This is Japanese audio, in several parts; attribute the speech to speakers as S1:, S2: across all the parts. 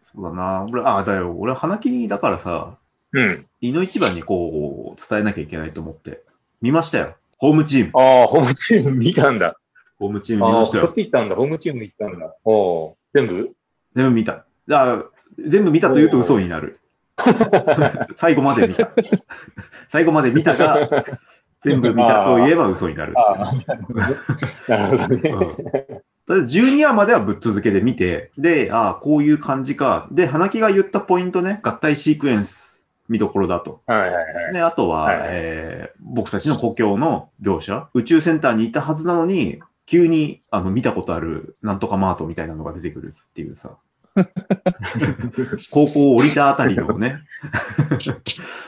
S1: そうだな。俺、あ、だよ。俺、花金だからさ、
S2: うん。
S1: 胃の一番にこう、伝えなきゃいけないと思って。見ましたよ。ホームチーム。
S2: ああ、ホームチーム見たんだ。
S1: ホームチーム見
S2: あ
S1: ま
S2: あ、
S1: した
S2: そ
S1: よ
S2: っ。ち行ったんだ。ホームチーム行ったんだ。おお全部
S1: 全部見た。だ全部見たというと嘘になる。最後まで見た。最後まで見たが、全部見たと言えば嘘になる。
S2: ああ、 なるほどね。
S1: うんとりあえず12話まではぶっ続けで見て、で、ああ、こういう感じか。で、花木が言ったポイントね、合体シークエンス見どころだと。
S2: はいはいはい。
S1: で、あとは、
S2: はいはい
S1: えー僕たちの故郷の両者、宇宙センターにいたはずなのに、急にあの見たことあるなんとかマートみたいなのが出てくるっていうさ。高校を降りたあたりのね、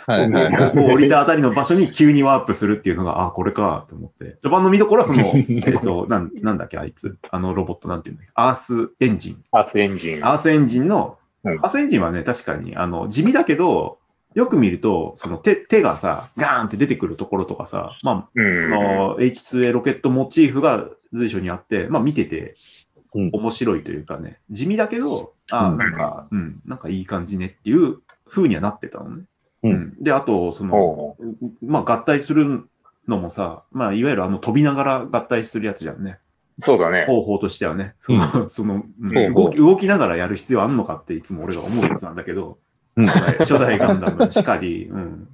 S3: はいはいは
S1: 高
S3: い。
S1: 校を降りたあたりの場所に急にワープするっていうのが、ああ、これかと思って。序盤の見どころはそ の、えっ、となん、なんだっけ、あいつ、あのロボットなんていうんだっけ、アースエンジン。
S2: アースエンジン。
S1: アースエンジンの、
S2: うん
S1: アースエンジンはね、確かに、あの、地味だけど、よく見ると、その手、手がさ、ガーンって出てくるところとかさ、ま
S2: う
S1: あ、あ
S2: ん。
S1: の H2A ロケットモチーフが随所にあって、まあ見てて
S3: うん、
S1: 面白いというかね、地味だけど、ああ、
S3: うん
S1: なんか、うん、なんかいい感じねっていう風にはなってたのね。
S3: うん
S1: で、あと、その、
S2: おう
S1: まあ合体するのもさ、まあいわゆるあの飛びながら合体するやつじゃんね。
S2: そうだね。
S1: 方法としてはね、その、 その、うん
S3: 方法
S1: 動き、動きながらやる必要あんのかっていつも俺が思うやつなんだけど、
S3: うん
S1: 初代、初代ガンダムしかり、うん。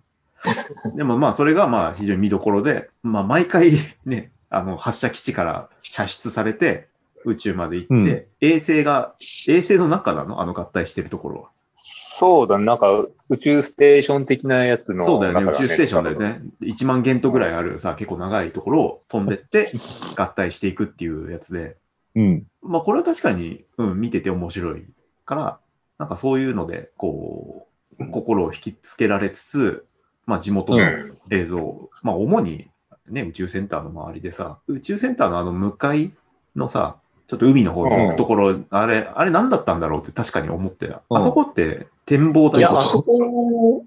S1: でもまあ、それがまあ、非常に見どころで、まあ、毎回ね、あの、発射基地から射出されて、宇宙まで行って、
S3: うん
S1: 衛星が、衛星の中なのあの合体してるところは。
S2: そうだ、なんか宇宙ステーション的なやつの。
S1: そうだよね、
S2: か
S1: 宇
S2: ら
S1: 宙ステーションだよ。ね。1万ゲントぐらいあるさ、結構長いところを飛んで って、合体していくっていうやつで、
S3: うん。
S1: まあ、これは確かに、うん、見てて面白いから、なんかそういうので、こう、心を引きつけられつつ、まあ、地元
S2: う
S1: の
S2: ん。
S1: 映像、まあ、主に、ね、宇宙センターの周りでさ、宇宙センターのあの向かいのさ、ちょっと海の方に行くところ、あれ、あれ何だったんだろうって確かに思ってた、
S3: うん
S1: あそこって展望
S2: い
S1: 台
S2: や、
S1: と
S2: あ
S1: か
S2: そこ、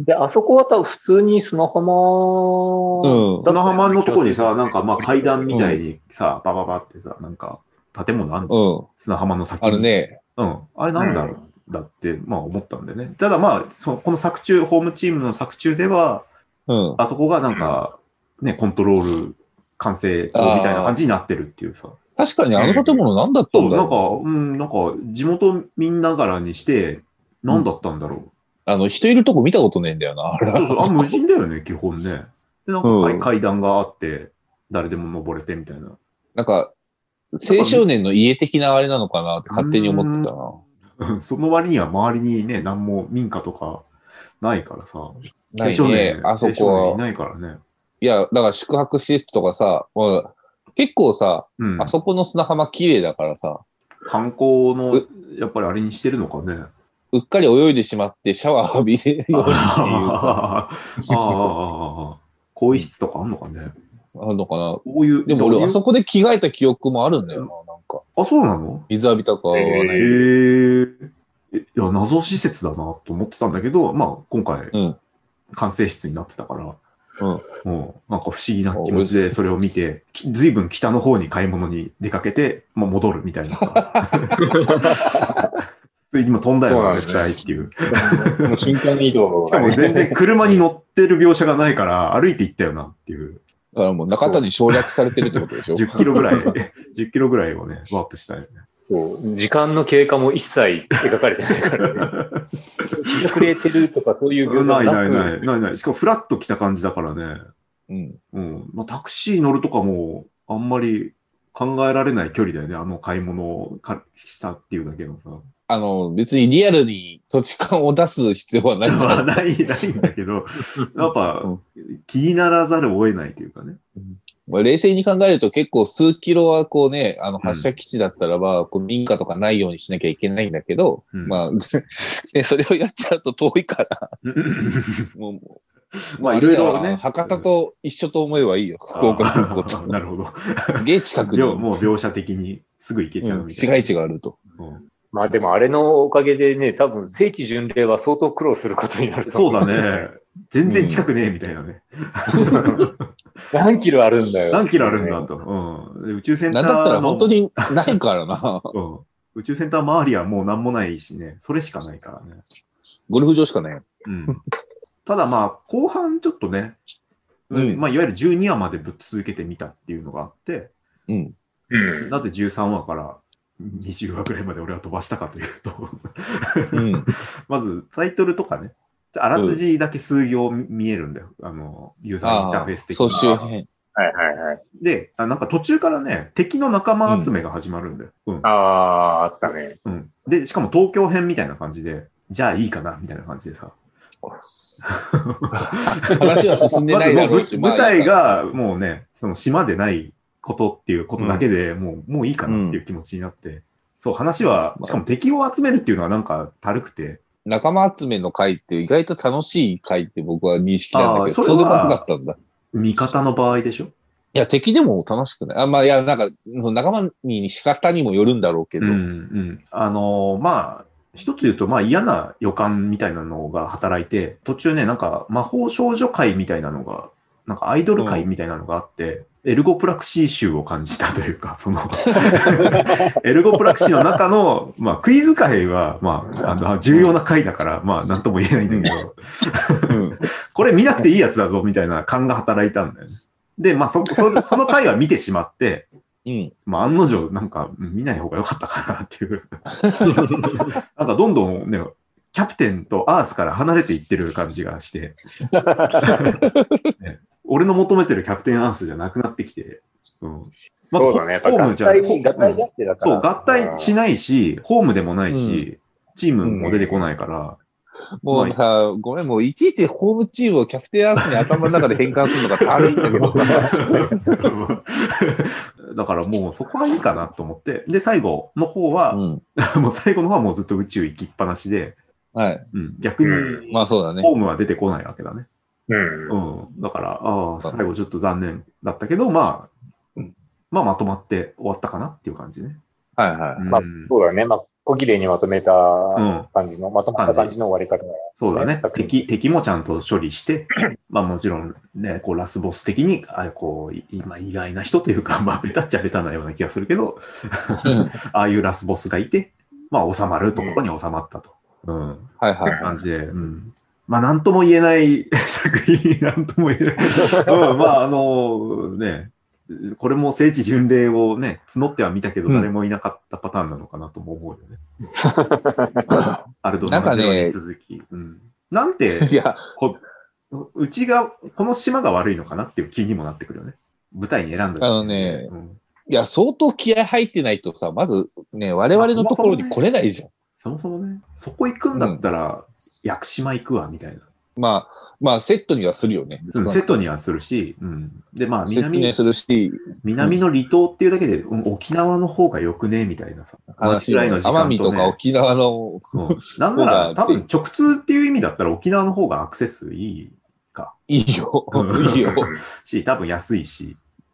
S2: で、あそこは多分普通に砂浜。
S3: うん
S1: 砂浜のとこにさ、なんかまあ階段みたいにさ、バババってさ、なんか建物あんじゃん、
S3: うん。
S1: 砂浜の先に。
S3: あるね。
S1: うん、あれなんだろう、だって、まあ思ったんでね。ただまあ、そのこの作中、ホームチームの作中では、
S3: うん。
S1: あそこがなんか、ね、コントロール完成みたいな感じになってるっていうさ。
S3: 確かにあの建物何だった
S1: そ
S3: ん
S1: う、
S3: だ
S1: なんか、
S3: ろ
S1: うん、なんか、地元みんながらにして、何だったんだろう。
S3: う。あの、人いるとこ見たことねえんだよな。あれ
S1: そうそうあ、 無人だよね、基本ね。で、なんか階,、
S3: うん
S1: 階段があって、誰でも登れてみたいな。
S3: なんか、青少年の家的なあれなのかなって勝手に思ってたな。
S1: うんその割には周りにね、何も民家とかないからさ。
S3: ないね。あそ
S1: 青少年い
S3: こは。
S1: ないからね。
S3: いや、だから宿泊施設とかさ、まあ結構さ、
S1: うん。
S3: あそこの砂浜綺麗だからさ、
S1: 観光の
S3: う、
S1: やっぱりあれにしてるのかね。
S3: うっかり泳いでしまってシャワー浴びれるようにっていう さ、
S1: あああああ、更衣室とかあんのかね。
S3: あるのかな。
S1: こういう、
S3: でも俺、あそ
S1: こ。
S3: こで着替えた記憶もあるんだよな、なんか。
S1: あ、そうなの
S3: 水浴びたかはな
S1: へ
S3: い。
S1: え。えいや、謎施設だなと思ってたんだけど、まあ、今回、
S3: うん
S1: 完成室になってたから、
S3: うん
S1: うんなんか不思議な気持ちでそれを見て、きずいぶん北の方に買い物に出かけて、まあ、戻るみたいな。今飛んだよな、絶
S2: そうな
S1: 対
S2: ん
S1: っていう。
S2: もう瞬間移動
S1: しか
S2: が
S1: も
S2: ね。
S1: 全然車に乗ってる描写がない から、歩いて行ったよなっていう。
S3: だからもう中田に省略されてるってこ とでしょ
S1: 10キロぐらい、10キロぐ らいをね、ワープしたよね。
S2: そう時間の経過も一切描かれてないからね。 日が暮れてるとかそういう。
S1: ないないないい、ないない。しかもフラッと来た感じだからね。
S3: うん。
S1: うん。まあ、タクシー乗るとかも、あんまり考えられない距離だよね。あの買い物をかしたっていうだけ のさ。
S3: あの、別にリアルに土地感を出す必要はないんじゃ
S1: ま
S3: な
S1: あ
S3: い
S1: ない、ないんだけ ど、やっぱ
S3: う
S1: 気にならざるを得ないというかね。
S3: まあ冷静に考えると結構数キロはこうね、あの発射基地だったらば、こう民家とかないようにしなきゃいけないんだけど、
S1: うん
S3: まあ、 ねそれをやっちゃうと遠いから、 もう、もう
S1: まあ
S3: れだ
S1: いろいろ
S3: わ
S1: ね。
S3: 博多と一緒と思えばいいよ、福岡空港と
S1: なるほど。
S3: すげえ近くに、
S1: 描もう描写的にすぐ行けちゃう
S3: うん
S1: みた
S3: 市
S1: いな。
S3: 街地があると。
S1: うん
S2: まあでもあれのおかげでね、多分正規巡礼は相当苦労することになると
S1: そ
S2: 思
S1: うだね。全然近くねえみたいなね。
S2: 何キロあるんだよ。
S1: 何キロあるんだと。うん、で宇宙センタ
S3: な
S1: ー
S3: ん
S1: の
S3: だったら本当にないからな。
S1: うん宇宙センター周りはもう何もないしね、それしかないからね。
S3: ゴルフ場しかない。
S1: うん、ただまあ、後半ちょっとね、
S3: うん
S1: まあ、いわゆる12話までぶっ続けてみたっていうのがあって、
S3: うん。
S2: うん。
S1: なぜ13話から20話ぐらいまで俺は飛ばしたかというと、
S3: うん。
S1: まずタイトルとかね、あらすじだけ数行見えるんだよ、あの、ユーザーインターフェース的
S3: 総
S1: に。
S3: 集編。
S2: はいはいはい。
S1: であ、なんか途中からね、敵の仲間集めが始まるんだよ。うん
S2: ああ、あったね。
S1: うん。で、しかも東京編みたいな感じで、じゃあいいかな、みたいな感じでさ。
S3: 話は進んで
S1: ま
S3: な
S1: ず
S3: い
S1: も
S3: だ
S1: う
S3: ろう
S1: 舞
S3: し。
S1: 舞台
S3: まあ、
S1: がもうね、その島でないことっていうことだけでもう、もういいかなっていう気持ちになって、そう、話は、しかも敵を集めるっていうのはなんかたるくて、
S3: 仲間集めの会って意外と楽しい会って僕は認識なんだけ
S1: あ
S3: ど、
S1: ー
S3: そ
S1: それは
S3: うでもなかったんだ。
S1: 味方の場合でしょ
S3: いや、敵でも楽しくない。あ、まあ、いや、なんか、仲間に仕方にもよるんだろうけど。
S1: うんうん。あのーまあ、一つ言うと、まあ嫌な予感みたいなのが働いて、途中ね、なんか魔法少女会みたいなのが、なんかアイドル会みたいなのがあって、エルゴプラクシー集を感じたというか、そ の、エルゴプラクシーの中の、まあクイズ会は、まあ、あの重要な会だから、まあなんとも言えないんだけど、
S3: うん
S1: これ見なくていいやつだぞみたいな感が働いたんだよね。で、まあそ、そその回は見てしまって、
S3: うん。
S1: まあ、案の定、なんかうん見ない方が良かったかなって いう。なんかどんどんね、キャプテンとアースから離れていってる感じが して、ね俺の求めてるキャプテンアースじゃなくなってきて、うんまず
S2: そうだね。やっぱ
S1: ホーム
S2: 合
S1: じゃ、
S2: 体、
S1: ホ
S2: 合
S1: ー
S2: 体だ
S1: ム
S2: ってだから。
S1: そう、合体しないし、ホームでもないし、チームも出てこないから、
S3: もうさ、ごめん、もういちいちホームチームをキャプテンアースに頭の中で変換するのがだるいんだけどさ。
S1: だからもうそこはいいかなと思って、で、最後の方は、
S3: うん。
S1: もう最後の方はもうずっと宇宙行きっぱなしで、
S3: はい。
S1: うん、逆に、
S2: うん
S3: まあ、そうだね。
S1: ホームは出てこないわけだね。
S2: うん。
S1: うん。だから、ああ、最後ちょっと残念だったけど、まあ、まあまとまって終わったかなっていう感じね。
S3: はいは
S1: う
S3: い。
S1: ん。
S2: まあ、そうだね。まあ、小綺麗にまとめた
S1: うん
S2: 感じの、まとまった感じの終わり方。
S1: そうだね
S2: ね。
S1: 敵、敵もちゃんと処理して、まあもちろんね、こうラスボス的に、あこう、い今意外な人というか、 まあベタっちゃベタなような気がするけど、 ああいうラスボスがいて、まあ収まるところに収まったと。うん。
S3: はいはい。
S1: 感じで、うん。まあ、なんとも言えない 作品、なんとも言えない。うん、まあ、あの、ね、これも聖地巡礼をね、募っては見たけど、
S3: うん
S1: 誰もいなかったパターンなのかなとも思うよね。アルド
S3: なんかね
S1: 70に続き。うん、なんて
S3: い や、
S1: こ、うちが、この島が悪いのかなっていう気にもなってくるよね。舞台に選んだ
S3: あ
S1: 時
S3: の
S1: 点
S3: ね
S1: でうん
S3: いや、相当気合入ってないとさ、まずね、我々のところに来れないじゃん。
S1: そもそもね、そこ行くんだったら、屋久島行くわ、みたいな。
S3: まあ、まあ、セットにはするよね。
S1: うん、セットにはするし、うん。で、まあ、
S3: セットには
S1: 南
S3: するし、
S1: 南の離島っていうだけで、うん沖縄の方がよくねみたいなさ。
S3: 話も
S1: 同じぐらいの時間とね
S3: 奄美とか沖縄の、
S1: うんなんなら、
S3: 方が
S1: 多分直通っていう意味だったら沖縄の方がアクセスいい
S3: いいよ
S1: う、ん
S3: い いよ。
S1: し、多分安いし、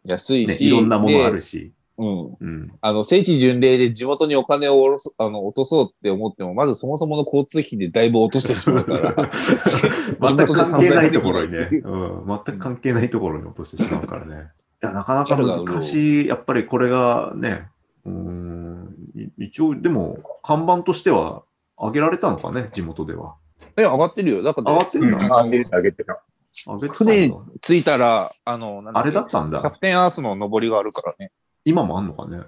S3: 安い
S1: ね、
S3: し、
S1: いろんなものあるし。
S3: でうん。
S1: うん、
S3: あの、聖地巡礼で地元にお金をおろすあの落とそうって思っても、まずそもそもの交通費でだいぶ落としてしま うから。
S1: 全く関係ないところにね、うん、全く関係ないところに落としてしまうから ね。いや、なかなか難しい。やっぱりこれがね、うーん、い一応、でも、看板としては、上げられたのかね、地元では。
S3: え、上がってるよ。だから、
S1: 上がってるんだ
S2: あげてあげて た。
S1: 上げてたんだ
S3: 船着いたら、あの、なん
S1: あれ
S3: け
S1: だったん
S3: キャ
S1: だ。
S3: プテンアースの上りがあるからね。
S1: 今もあんのかね。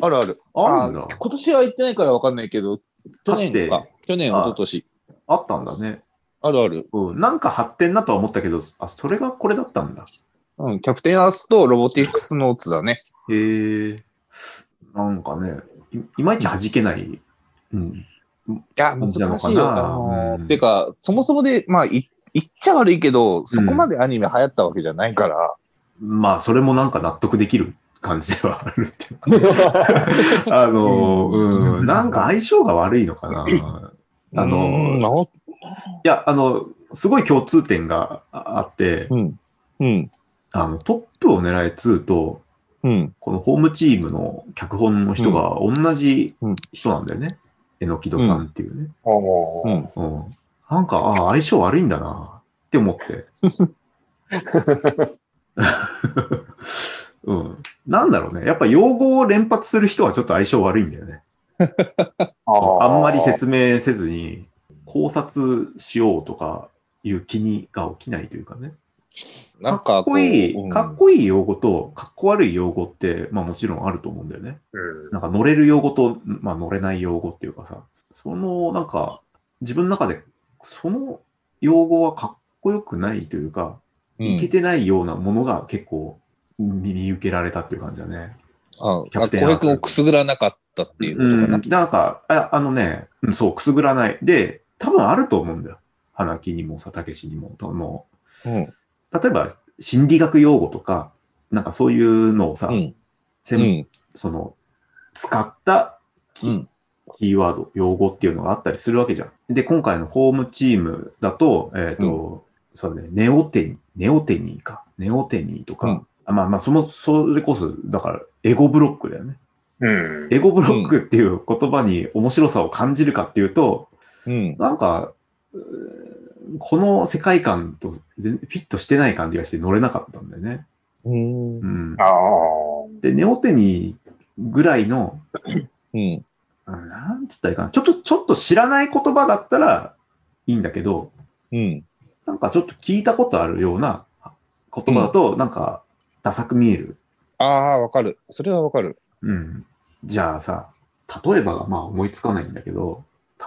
S3: あるある。
S1: あるんだ。
S3: 今年は行ってないから分かんないけど、去
S1: かつて
S3: 年か。去年、一
S1: あ
S3: 昨年。
S1: あったんだね。
S3: あるある。
S1: うん、なんか発展だとは思ったけど、あ、それがこれだったんだ。
S3: うん、キャプテンアースとロボティクスノーツだね。
S1: へえ。なんかね、いいまいち弾けない。うん。
S3: いや、
S1: 感
S3: 難
S1: じなの
S3: し
S1: か
S3: いよ。あの
S1: な。うん
S3: てか、そもそもで、まあ、い言っちゃ悪いけど、そこまでアニメ流行ったわけじゃないから、
S1: まあ、それもなんか納得できる感じではあるっていう かあの、
S2: うん
S1: うん、なんか相性が悪いのかな。あの、
S3: うん
S1: いや、あの、すごい共通点がああって、
S3: うん、うん、
S1: あの、トップを狙え2と、
S3: うん、
S1: このホームチームの脚本の人が同じ人なんだよね。えのきどさんっていうね。
S2: お
S3: う
S2: ー
S3: ん。
S1: うん。なんか、ああ、相性悪いんだなって思って。 うん。なんだろうね。やっぱ用語を連発する人はちょっと相性悪いんだよね。あんまり説明せずに考察しようとかいう気にが起きないというかね。
S3: なん
S1: か
S3: か
S1: っこいい、
S3: うん
S1: かっこいい用語と、かっこ悪い用語って、まあもちろんあると思うんだよね。
S2: うん
S1: なんか乗れる用語と、まあ乗れない用語っていうかさ、そのなんか自分の中で、その用語はかっこよくないというか、
S3: う
S1: いけ
S3: ん、
S1: てないようなものが結構見受けられたっていう感じだね。
S3: あ
S1: キャプ
S3: あ
S1: テン
S3: 小平君をくすぐらなかったっていうことかな。
S1: うん、なんかあ、あのね、うんそう、くすぐらない。で、多分あると思うんだよ。花木にもさ、たけしにも。とも
S3: うん。
S1: う例えば、心理学用語とか、なんかそういうのをさ、
S3: うん。う
S1: 専門
S3: ん。
S1: その、使った
S3: うん。
S1: キーワード、用語っていうのがあったりするわけじゃん。で、今回のホームチームだと、えっ、と、そうだね、ネオテニ、ネオテニーか。ネオテニーとか、
S3: うん
S1: あまあまあ、その、それこそ、だから、エゴブロックだよね。
S2: うん。
S1: エゴブロックっていう言葉に面白さを感じるかっていうと、
S3: うん。
S1: なんか、うーんこの世界観と全フィットしてない感じがして乗れなかったんだよね。
S3: うん
S1: う。ん
S2: あ、あ。
S1: で、ネオテニーぐらいの
S3: う
S1: う
S3: ん。
S1: んなんつったらいいかな。ちょっと、ちょっと知らない言葉だったらいいんだけど、
S3: うん。
S1: なんかちょっと聞いたことあるような言葉だと、なんか、ダサく見える。
S3: ああ、わかる。それはわかる。
S1: うん。じゃあさ、例えばがまあ思いつかないんだけど、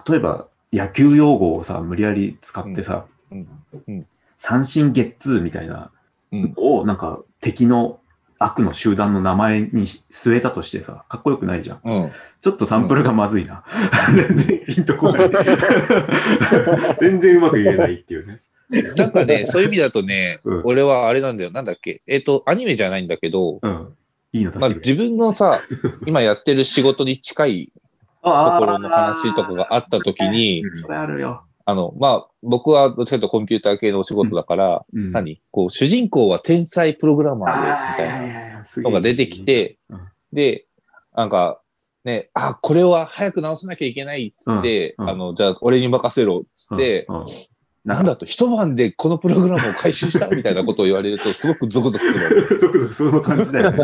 S1: 例えば野球用語をさ、無理やり使ってさ、
S3: うんうん
S1: 三振ゲッツーみたいな
S3: うん。
S1: を、なんか敵の悪の集団の名前に据えたとしてさ、かっこよくないじゃん。
S3: うん。
S1: ちょっとサンプルがまずいな。全然ピンとこない。全然うまく言えないっていうね。
S3: なん かね、そういう意味だとね、
S1: うん
S3: 俺はあれなんだよ。なんだっけ。えっ、と、アニメじゃないんだけど、
S1: うん。いいの出
S3: まあ、
S1: してくれ
S3: 自分のさ、今やってる仕事に近いと
S1: あ
S3: ころの話とかがあったときに、
S1: ーそれあるよ。
S3: あの、まあ、僕はどっちかというとコンピューター系のお仕事だから、
S1: うん
S3: 何こう、主人公は天才プログラマ
S1: あー
S3: ーで、みたい
S1: いや
S3: な
S1: いやいやすげえ
S3: のが出てきて
S1: うん、
S3: で、なんか、ね、あ、これは早く直さなきゃいけないっつって、
S1: うんうん
S3: あの、じゃあ俺に任せろっつって、
S1: うんうん
S3: なんだと、一晩でこのプログラムを回収したみたいなことを言われると、すごくゾクゾクするわけ。
S1: ゾクゾクその感じだよね。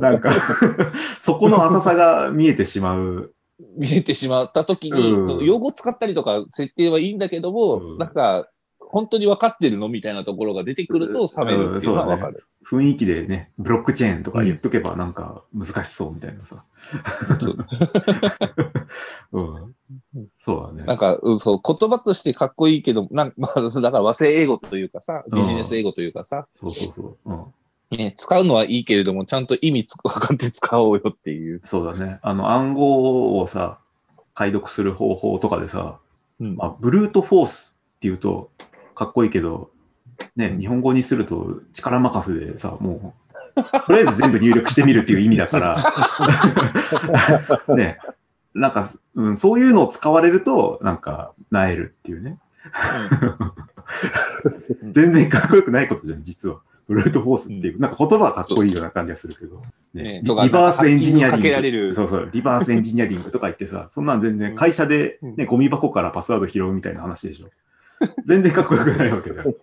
S1: なんか、 そこの浅さが見えてしまう。
S3: 見えてしまった時に、
S1: うん
S3: その用語使ったりとか設定はいいんだけども、
S1: うん
S3: なんか、本当に分かってるのみたいなところが出てくると冷めるっていうのは分かる。
S1: 雰囲気でね、ブロックチェーンとか言っとけばなんか難しそうみたいなさ。
S3: そう
S1: うん。そうだね。
S3: なんか、うん、そう、言葉としてかっこいいけど、なんまあ、だ から和製英語というかさ、
S1: うん
S3: ビジネス英語というかさ、
S1: そうそうそう。うん。
S3: ね、使うのはいいけれども、ちゃんと意味つ分かって使おうよっていう。
S1: そうだね。あの暗号をさ、解読する方法とかでさ、
S3: うん
S1: まあ、ブルートフォースっていうとかっこいいけど、ね
S3: う、ん
S1: 日本語にすると力任せでさ、もう、とりあえず全部入力してみるっていう意味だから、 ね、なんか、うん、そういうのを使われると、なんか、なえるっていうね。 全然かっこよくないことじゃん、実は。ブルートフォースっていう、なんか言葉はかっこいいような感じがするけど。ね
S3: ね
S1: リ
S3: とか
S1: リバースエンジニアリン
S2: ハッキングかけられ
S1: グ。
S2: る
S1: そうそう、リバースエンジニアリ ングとか言ってさ、そんなん全然会社で、
S3: うん
S1: ね、ゴミ箱からパスワード拾うみたいな話でしょ。全然かっこよくないわけだ よ。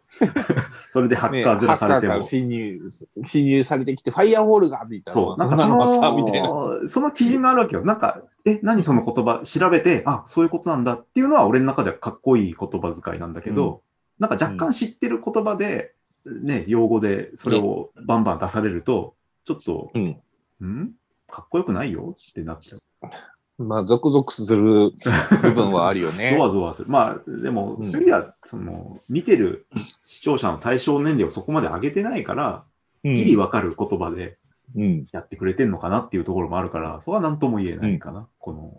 S1: それでハッ
S3: ね
S1: カーゼロされて
S3: ハッカー
S1: も。
S3: が侵入、侵入されてきて、ファイアウォールがみたいな。
S1: そう、なんかそ
S3: んながさ、みたいな。
S1: の、その基準があるわけよ。なんか、え、何その言葉、調べて、あ、そういうことなんだっていうのは、俺の中ではかっこいい言葉遣いなんだけど、なんか若干知ってる言葉で、ね、用語でそれをバンバン出されると、ちょっと、
S3: うん。
S1: んかっこよくないよってなっちゃう。
S3: まあ、ゾクゾクする部分はある よ
S1: ゾ
S3: ね。
S1: ワゾワする。まあ、でも、
S3: うん
S1: そういう意味では、その、見てる視聴者の対象年齢をそこまで上げてないから、
S3: うん
S1: ギリわかる言葉で
S3: うん。
S1: やってくれてんのかなっていうところもあるから、そこは何とも言えないかな、この、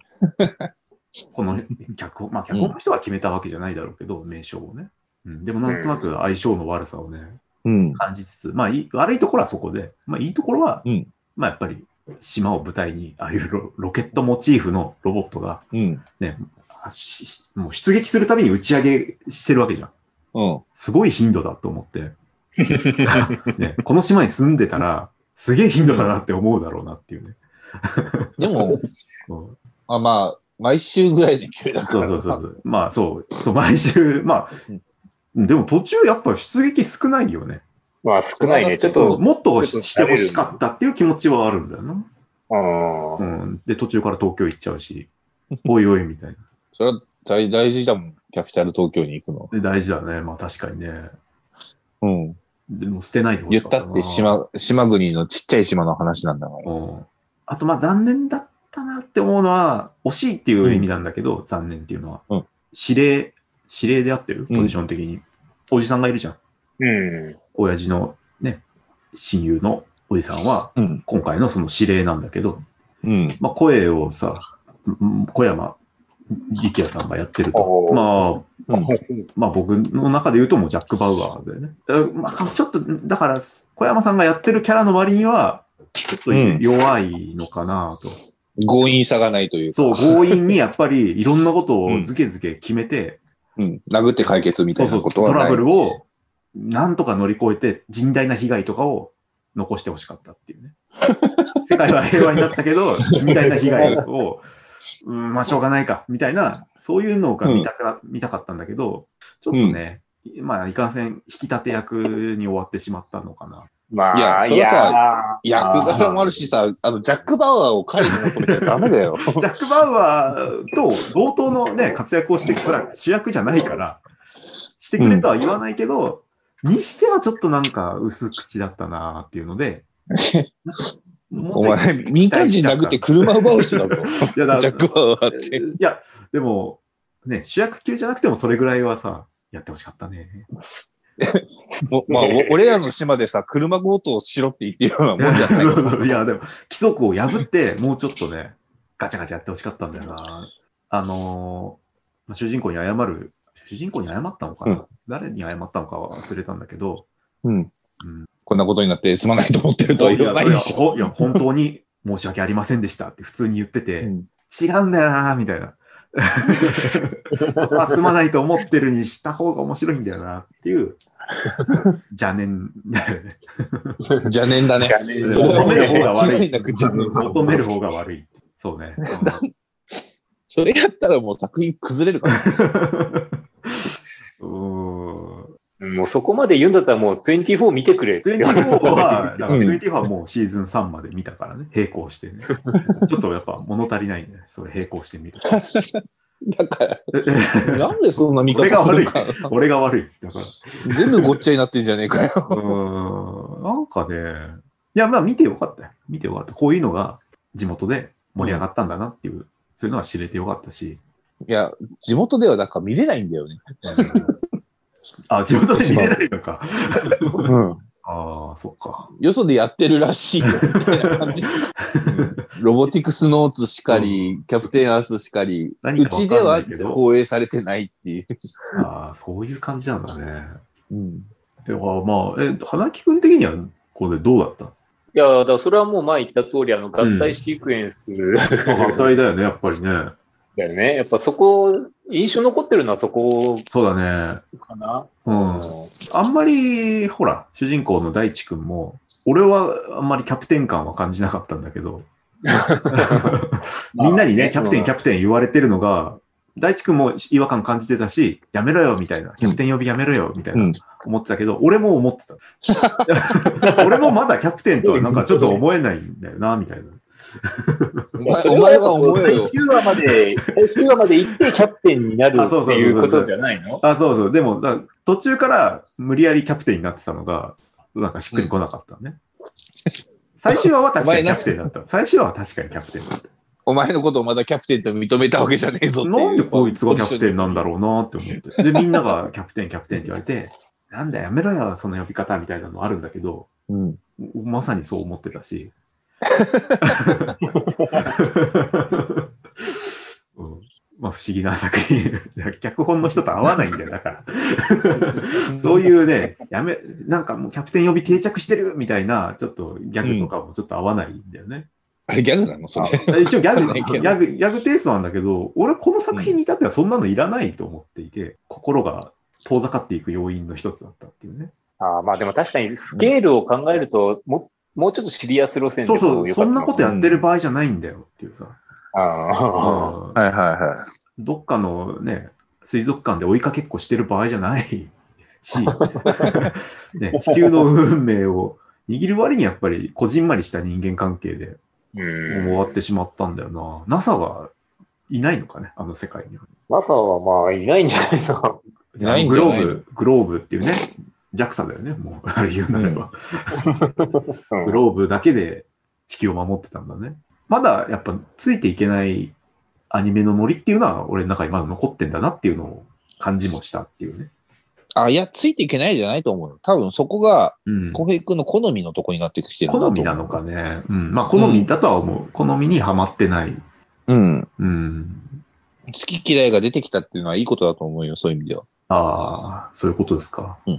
S1: この脚本、まあ脚本の人は決めたわけじゃないだろうけど、名称をね。うん、でもなんとなく相性の悪さをね、
S3: うん。
S1: 感じつつ、まあいい悪いところはそこで、まあいいところは、
S3: うん
S1: まあやっぱり島を舞台に、ああいうロロケットモチーフのロボットが、
S3: うん。
S1: ね、あししもう出撃するたびに打ち上げしてるわけじゃん。
S3: うん。
S1: すごい頻度だと思って、ね、この島に住んでたら、すげえ頻度だなって思うだろうなっていうね。
S3: でも、
S1: うん
S3: あまあ、毎週ぐらいで急だか
S1: そう
S3: ら。
S1: そうそうそう。まあそう、そう毎週、まあ、でも途中やっぱ出撃少ないよね。
S2: まあ少ないね。ちょっ
S3: う
S2: と、
S1: もっとししてほしかったっていう気持ちはあるんだよな。
S2: あ
S1: うん、で、途中から東京行っちゃうし。おいおいみたいな。
S3: それは大大事だもん。キャピタル東京に行くの。
S1: で大事だね。まあ確かにね。
S3: うん。
S1: でも捨てないでほ
S3: 言
S1: しか
S3: っ
S1: った
S3: た
S1: な。
S3: って島、島国のちっちゃい島の話なんだから。
S1: うん。あとまあ残念だったなって思うのは、惜しいっていう意味なんだけど、残念っていうのは、
S3: うん
S1: 指令、指令であってる、
S3: うん
S1: ポジション的に。おじさんがいるじゃん。
S2: うん。
S1: 親父のね、親友のおじさんは、
S3: うん。
S1: 今回のその指令なんだけど、
S3: うん。
S1: まあ、声をさ、ん小山力也さんがやってると
S2: お。ー
S1: まあ、
S3: うん
S1: まあ僕の中で言うともうジャック・バウアーだよね。だからまあ、ちょっと、だから、小山さんがやってるキャラの割には、ちょっと
S3: うん
S1: 弱いのかなと。
S3: 強引さがないというか。
S1: そう、強引にやっぱりいろんなことをずけずけ決めて、
S3: うん。殴って解決み
S1: そう
S3: たい
S1: そ
S3: な
S1: う
S3: こと
S1: ト
S3: は
S1: ラ
S3: ない。
S1: ブルをなんとか乗り越えて、甚大な被害とかを残してほしかったっていうね。 世界は平和になったけど、甚大な被害を、うん、まあしょうがないか、みたいな、そういうのが見たか,、見たかったんだけど、ちょっとね、まあいかんせん引き立て役に終わってしまったのかな。
S2: ま
S3: いや
S2: あ、
S3: そ
S2: い
S3: れはさ
S2: や、
S3: 役柄もあるしさ、あの、ジャック・バウアーを彼に求めちゃダメだよ。
S1: ジャック・バウアーと冒頭のね、活躍をして、そら主役じゃないから、してくれとは言わないけど、にしてはちょっとなんか薄口だったなっていうので、 もう
S3: お
S1: ちょい
S3: 前、民間人殴って車奪う 人だぞ。
S1: いやだ
S3: ジャック・バウアーって。
S1: いや、でも、ね、主役級じゃなくてもそれぐらいはさ、やってほしかったね。
S3: もまあ、お俺らの島でさ、車強盗をしろって言ってるようなもん じゃないかさ。
S1: いや、でも、規則を破って、もうちょっとね、ガチャガチャやってほしかったんだよな。あのーまあ主人公に謝る、主人公に謝ったのかな、
S3: うん
S1: 誰に謝ったのかは忘れたんだけど、
S3: うん
S1: うん。
S3: こんなことになってすまないと思ってるとは言わないでしょ。
S1: いやいやほいや本当に申し訳ありませんでしたって普通に言ってて、
S3: うん
S1: 違うんだよな、みたいな。 そこはすまないと思ってるにした方が面白いんだよなっていう邪念 だよね。
S3: 邪念だね。
S1: それは褒
S2: 褒
S1: め
S2: め
S1: る方
S2: る方
S1: が悪
S2: が
S3: 間
S1: い
S3: 違いなく邪念。
S1: 求める方が悪い。そう ね。
S3: それやったらもう作品崩れるから。
S1: うーん。
S2: もうそこまで言うんだったらもう24見てくれって 言われ
S1: 24は、だから
S3: うん
S1: 24はもうシーズン3まで見たからね、並行してね。ちょっとやっぱ物足りないね。それ並行して みる。
S3: だから、なんでそんな見
S1: 俺
S3: 方
S1: が
S3: す
S1: 悪
S3: る
S1: い
S3: か。。
S1: 俺が悪い。だから。
S3: 全部ごっちゃになってんじゃねえか よ。
S1: うーん。なんかね。いや、まあ見てよかったよ。見てよかった。こういうのが地元で盛り上がったんだなっていう、そういうのは知れてよかったし。
S3: いや、地元ではなんか見れないんだよね。
S1: あ、地元で見れないのか。
S3: うん。
S1: ああ、そっか。
S3: よそでやってるらしいよみたいな感じロボティクスノーツしかり、キャプテンアースしかり、
S1: 何
S3: う
S1: かわかん
S3: ちで
S1: な
S3: はい
S1: けど
S3: 放映されてないっていう。
S1: ああ、そういう感じなんだね。
S3: うん
S1: いや、まあ、え、花木君的には、これどうだった
S2: いや、だからそれはもう前言った通り、あの、合体シークエンス
S1: まあ合体だよね、やっぱりね。
S2: だよね。やっぱそこ、印象残ってるのはそこ
S1: そうだね。
S2: かな。
S1: うん。あんまり、ほら、主人公の大地君も、俺はあんまりキャプテン感は感じなかったんだけ ど、みんなにね、キャプテン、キャプテン言われてるのが、大地君も違和感感じてたし、やめろよ、みたいな。キャプテン呼びやめろよ、みたいな
S3: うん。
S1: 思ってたけど、俺も思って た。 俺もまだキャプテンとはなんかちょっと思えないんだよな、みたいな。
S3: お前お前は思えよ
S2: 最。終話まで、最終話まで行ってキャプテンになる
S1: あ
S2: って
S1: そうそうそうそう
S2: いうことじゃないの
S1: あ、そうそう。でも、だ途中から無理やりキャプテンになってたのが、なんかしっくりこなかったね。最終話は確かにキャプテンだ った。最終話は確かにキャプテンだった。
S3: お前のことをまだキャプテンと認めたわけじゃねえぞっていう。
S1: なんでこいつがキャプテン
S3: の
S1: なんだろうなって思って。で、みんながキャプテン、キャプテンって言われて、なんだやめろよ、その呼び方みたいなのあるんだけど、
S3: うん。
S1: まさにそう思ってたし。うんまあ不思議な作品。 脚本の人と合わないんだよ、だから。そういうね、やめ、なんかもうキャプテン呼び定着してるみたいな、ちょっとギャグとかもちょっと合わないんだよね。
S3: あれギャグなのそれ。
S1: 一応ギャグ、
S3: 合わな
S1: ギ
S3: いけど
S1: ャグ、ギャグテイストなんだけど、俺この作品に至ってはそんなのいらないと思っていて、心が遠ざかっていく要因の一つだったっていうね。
S2: あーまあでも確かにスケールを考えると、ももうちょっとシリアス路線で
S1: そうそ
S2: も
S1: う、
S2: よ
S1: そ
S2: かった
S1: ん
S2: の
S1: なことやってる場合じゃないんだよっていうさ。
S2: あ
S1: うん
S3: はいはいは
S1: どっかのね、水族館で追いかけっこしてる場合じゃないし、ね、地球の運命を握る割にやっぱり、こじんまりした人間関係で
S2: ーうん
S1: 終わってしまったんだよな。NASA がいないのかね、あの世界には。
S2: マサはまあ、いないんじゃないですか。
S3: いないん
S1: グ
S3: じゃ
S1: ロ
S3: ない
S1: ーブ、グローブっていうね、JAXA だよね、もう、あれ言うなれば。
S2: うん
S1: グローブだけで地球を守ってたんだね。まだやっぱついていけないアニメのノリっていうのは、俺の中にまだ残ってんだなっていうのを感じもしたっていうね。
S3: あ、いや、ついていけないじゃないと思うよ。多分そこが、
S1: うん。
S3: 浩平君の好みのとこになってきてるんだと
S1: 好
S3: 思う。
S1: みなのかね。うん。まあ、好みだとは思う。好みにはまってない。
S3: うん。
S1: うん。
S3: 好き嫌いが出てきたっていうのはいいことだと思うよ、そういう意味では。
S1: ああ、そういうことですか。
S3: う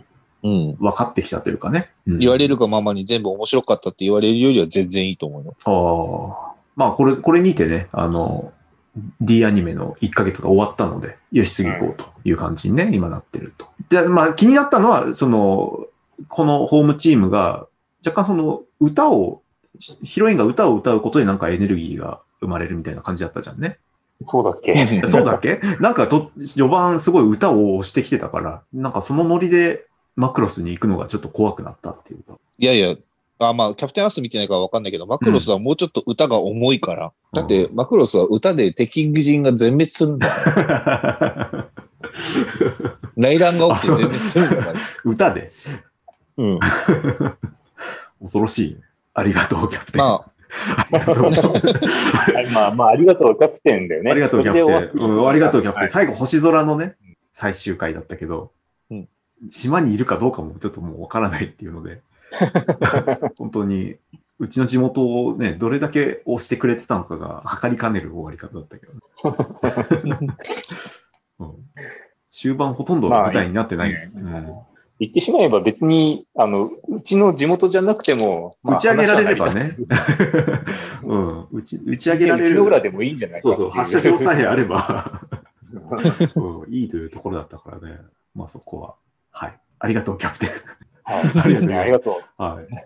S3: ん。
S1: 分かってきたというかね。うん
S3: 言われるがままに全部面白かったって言われるよりは全然いいと思うよ。
S1: ああ。まあ、これ、これにてね、あの、D アニメの1ヶ月が終わったので、よし、次行こうという感じにね、今なってると。で、まあ、気になったのは、その、このホームチームが、若干その、歌を、ヒロインが歌を歌うことでなんかエネルギーが生まれるみたいな感じだったじゃんね。
S2: そうだっけ
S1: そうだっ けなんかと、序盤すごい歌を押してきてたから、なんかそのノリでマクロスに行くのがちょっと怖くなったっていうか。
S3: いやいや、あまあ、キャプテンアース見てないからわかんないけど、マクロスはもうちょっと歌が重いから。だって、マクロスは歌で敵人が全滅するんだよ。 内乱が起きて全滅するんだから。
S1: 歌で
S3: うん。
S1: 恐ろしいね。ありがとう、キャプテン。
S3: まあ、
S1: ありがとうキャプテン。
S2: まあまあ、ありがとう、キャプテンだよね。
S1: ありがとう、キャプテン。うんありがとう、キャプテン。
S2: ン。
S1: 最後、星空のね、最終回だったけど
S3: うん、
S1: 島にいるかどうかもちょっともうわからないっていうので、本当に、うちの地元をね、どれだけ押してくれてたのかが、測りかねる終わり方だったけどね、うん終盤ほとんど舞台になってない。
S2: まあいいね
S1: うん
S2: 言ってしまえば別に、あの、うちの地元じゃなくても、まあ
S1: 打ち上げられればね。
S2: う
S1: うん、打ち打ち上げられ
S2: うちの裏
S1: る。
S2: でもいいんじゃないか
S1: そうそう、発射場さえあれば。
S2: は
S1: うん、いいというところだった からね。まあそこは。はい。ありがとう、キャプテン。
S2: いありがとう。
S1: はい。